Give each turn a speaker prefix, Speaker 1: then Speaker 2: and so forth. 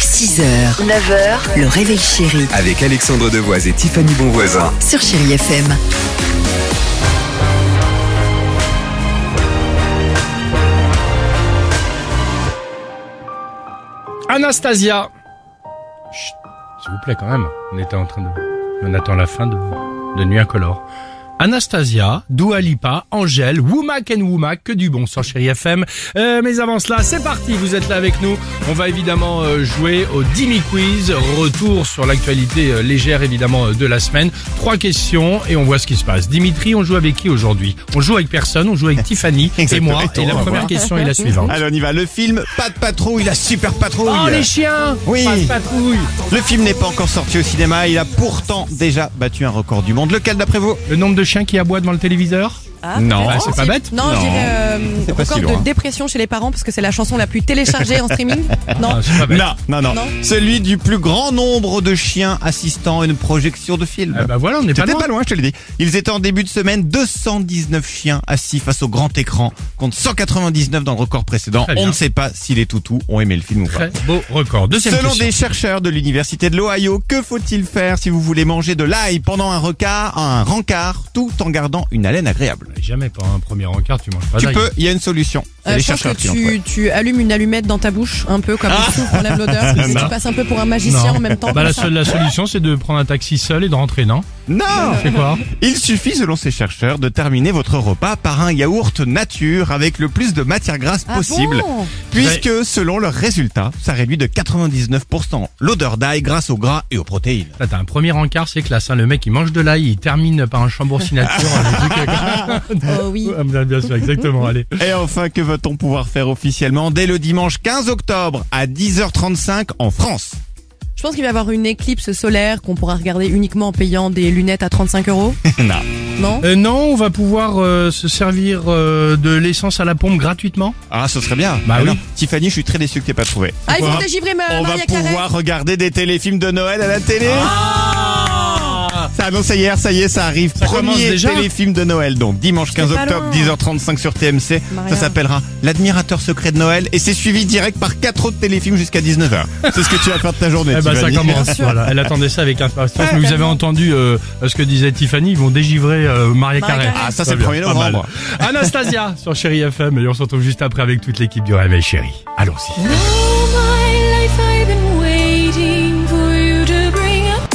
Speaker 1: 6h, 9h, le réveil chéri
Speaker 2: Avec Alexandre Devoise et Tiffany Bonvoisin.
Speaker 1: sur Chéri FM.
Speaker 3: Anastasia. Chut, s'il vous plaît quand même. On était en train de, on attend la fin de, de Nuit incolore. Anastasia, Dua Lipa, Angèle, Womack and Womack, que du bon sang chérie FM. Euh, mais avant cela, c'est parti, vous êtes là avec nous. On va évidemment euh, jouer au Dimi Quiz, retour sur l'actualité euh, légère évidemment euh, de la semaine. Trois questions et on voit ce qui se passe. Dimitri, on joue avec qui aujourd'hui On joue avec personne, on joue avec Tiffany et
Speaker 4: Exactement,
Speaker 3: moi.
Speaker 4: et toi,
Speaker 3: Et la
Speaker 4: on va
Speaker 3: première
Speaker 4: voir.
Speaker 3: question est la suivante.
Speaker 4: Allez, on y va. Le film Pas de patrouille, la super patrouille.
Speaker 3: Oh les chiens
Speaker 4: Oui.
Speaker 3: Pas de patrouille
Speaker 4: le film n'est pas encore sorti au cinéma. Il a pourtant déjà battu un record du monde. Lequel d'après vous
Speaker 3: Le nombre de chiens qui aboient devant le téléviseur
Speaker 5: Ah,
Speaker 4: Non.
Speaker 3: Bah, c'est pas bête.
Speaker 5: Oh, Non,
Speaker 4: Non.
Speaker 5: je dirais euh,
Speaker 4: C'est pas
Speaker 5: record
Speaker 4: si loin.
Speaker 5: de dépression chez les parents parce que c'est la chanson la plus téléchargée en streaming. Non. Euh,
Speaker 3: Ah, c'est pas bête.
Speaker 4: Non, non, non,
Speaker 5: Non.
Speaker 4: Celui du plus grand nombre de chiens assistant à une projection de film.
Speaker 3: Eh ben voilà, on n'est pas
Speaker 4: T'étais
Speaker 3: loin.
Speaker 4: pas loin, je te l'ai dit. Ils étaient en début de semaine 219 chiens assis face au grand écran contre 199 dans le record précédent.
Speaker 3: Très bien.
Speaker 4: On ne sait pas si les toutous ont aimé le film ou pas.
Speaker 3: Très beau record. Deuxième
Speaker 4: Selon
Speaker 3: question.
Speaker 4: des chercheurs de l'université de l'Ohio, que faut-il faire si vous voulez manger de l'ail pendant un rencard, un rencard, tout en gardant une haleine agréable
Speaker 3: Jamais pas un premier encart, tu manges pas
Speaker 4: Tu
Speaker 3: d'ail.
Speaker 4: peux, il y a une solution. C'est
Speaker 5: Euh,
Speaker 4: les
Speaker 5: je pense que
Speaker 4: chercheurs qui l'ont fait.
Speaker 5: tu, tu allumes une allumette dans ta bouche, un peu comme le souffle, on lève l'odeur. Si tu passes un peu pour un magicien
Speaker 3: Ah Non.
Speaker 5: en même temps.
Speaker 3: Bah, la,
Speaker 5: comme ça.
Speaker 3: seule, la solution, c'est de prendre un taxi seul et de rentrer, non
Speaker 4: Non
Speaker 3: C'est quoi
Speaker 4: Il suffit, selon ces chercheurs, de terminer votre repas par un yaourt nature avec le plus de matière grasse
Speaker 5: Ah
Speaker 4: possible.
Speaker 5: bon
Speaker 4: puisque, selon leurs résultats, ça réduit de 99% l'odeur d'ail grâce au gras et aux protéines.
Speaker 3: Là, T'as un premier encart, c'est classe. hein. Le mec, il mange de l'ail, il termine par un euh, chambourcinature.
Speaker 5: Oh oui.
Speaker 3: Bien sûr, exactement. Allez.
Speaker 4: Et enfin, que va-t-on pouvoir faire officiellement dès le dimanche 15 octobre à 10h35 en France
Speaker 5: Je pense qu'il va y avoir une éclipse solaire qu'on pourra regarder uniquement en payant des lunettes à 35 euros.
Speaker 4: Non.
Speaker 5: Non
Speaker 3: Euh, non, on va pouvoir euh, se servir euh, de l'essence à la pompe gratuitement.
Speaker 4: Ah, ce serait bien.
Speaker 3: Bah
Speaker 4: Mais
Speaker 3: oui.
Speaker 4: non. Tiffany, je suis très déçu que t'aies pas trouvé.
Speaker 5: Ah, ils
Speaker 4: On
Speaker 5: vont
Speaker 4: va-
Speaker 5: dégivrer ma
Speaker 4: On va
Speaker 5: Maria Carré.
Speaker 4: pouvoir regarder des téléfilms de Noël à la télé. ça annoncé hier, ça y est, ça arrive.
Speaker 3: Ça commence
Speaker 4: Premier
Speaker 3: déjà
Speaker 4: téléfilm de Noël, donc dimanche 15
Speaker 5: pas
Speaker 4: octobre,
Speaker 5: loin.
Speaker 4: 10h35 sur TMC.
Speaker 5: Maria.
Speaker 4: Ça s'appellera L'admirateur secret de Noël et c'est suivi direct par quatre autres téléfilms jusqu'à 19h. C'est ce que tu vas faire de ta journée.
Speaker 3: Eh ben, ça
Speaker 4: Tiffany.
Speaker 3: commence. Voilà. Elle attendait ça avec impatience. Mais vous avez entendu euh, ce que disait Tiffany. Ils vont dégivrer euh, Maria Carré.
Speaker 5: Carré.
Speaker 4: Ah, ça, c'est
Speaker 3: Très
Speaker 4: le 1er
Speaker 3: bien, pas mal.
Speaker 4: novembre.
Speaker 3: Anastasia sur Chéri FM et on se retrouve juste après avec toute l'équipe du Réveil Chéri. Allons-y.
Speaker 6: All my life I've been waiting for you to bring up.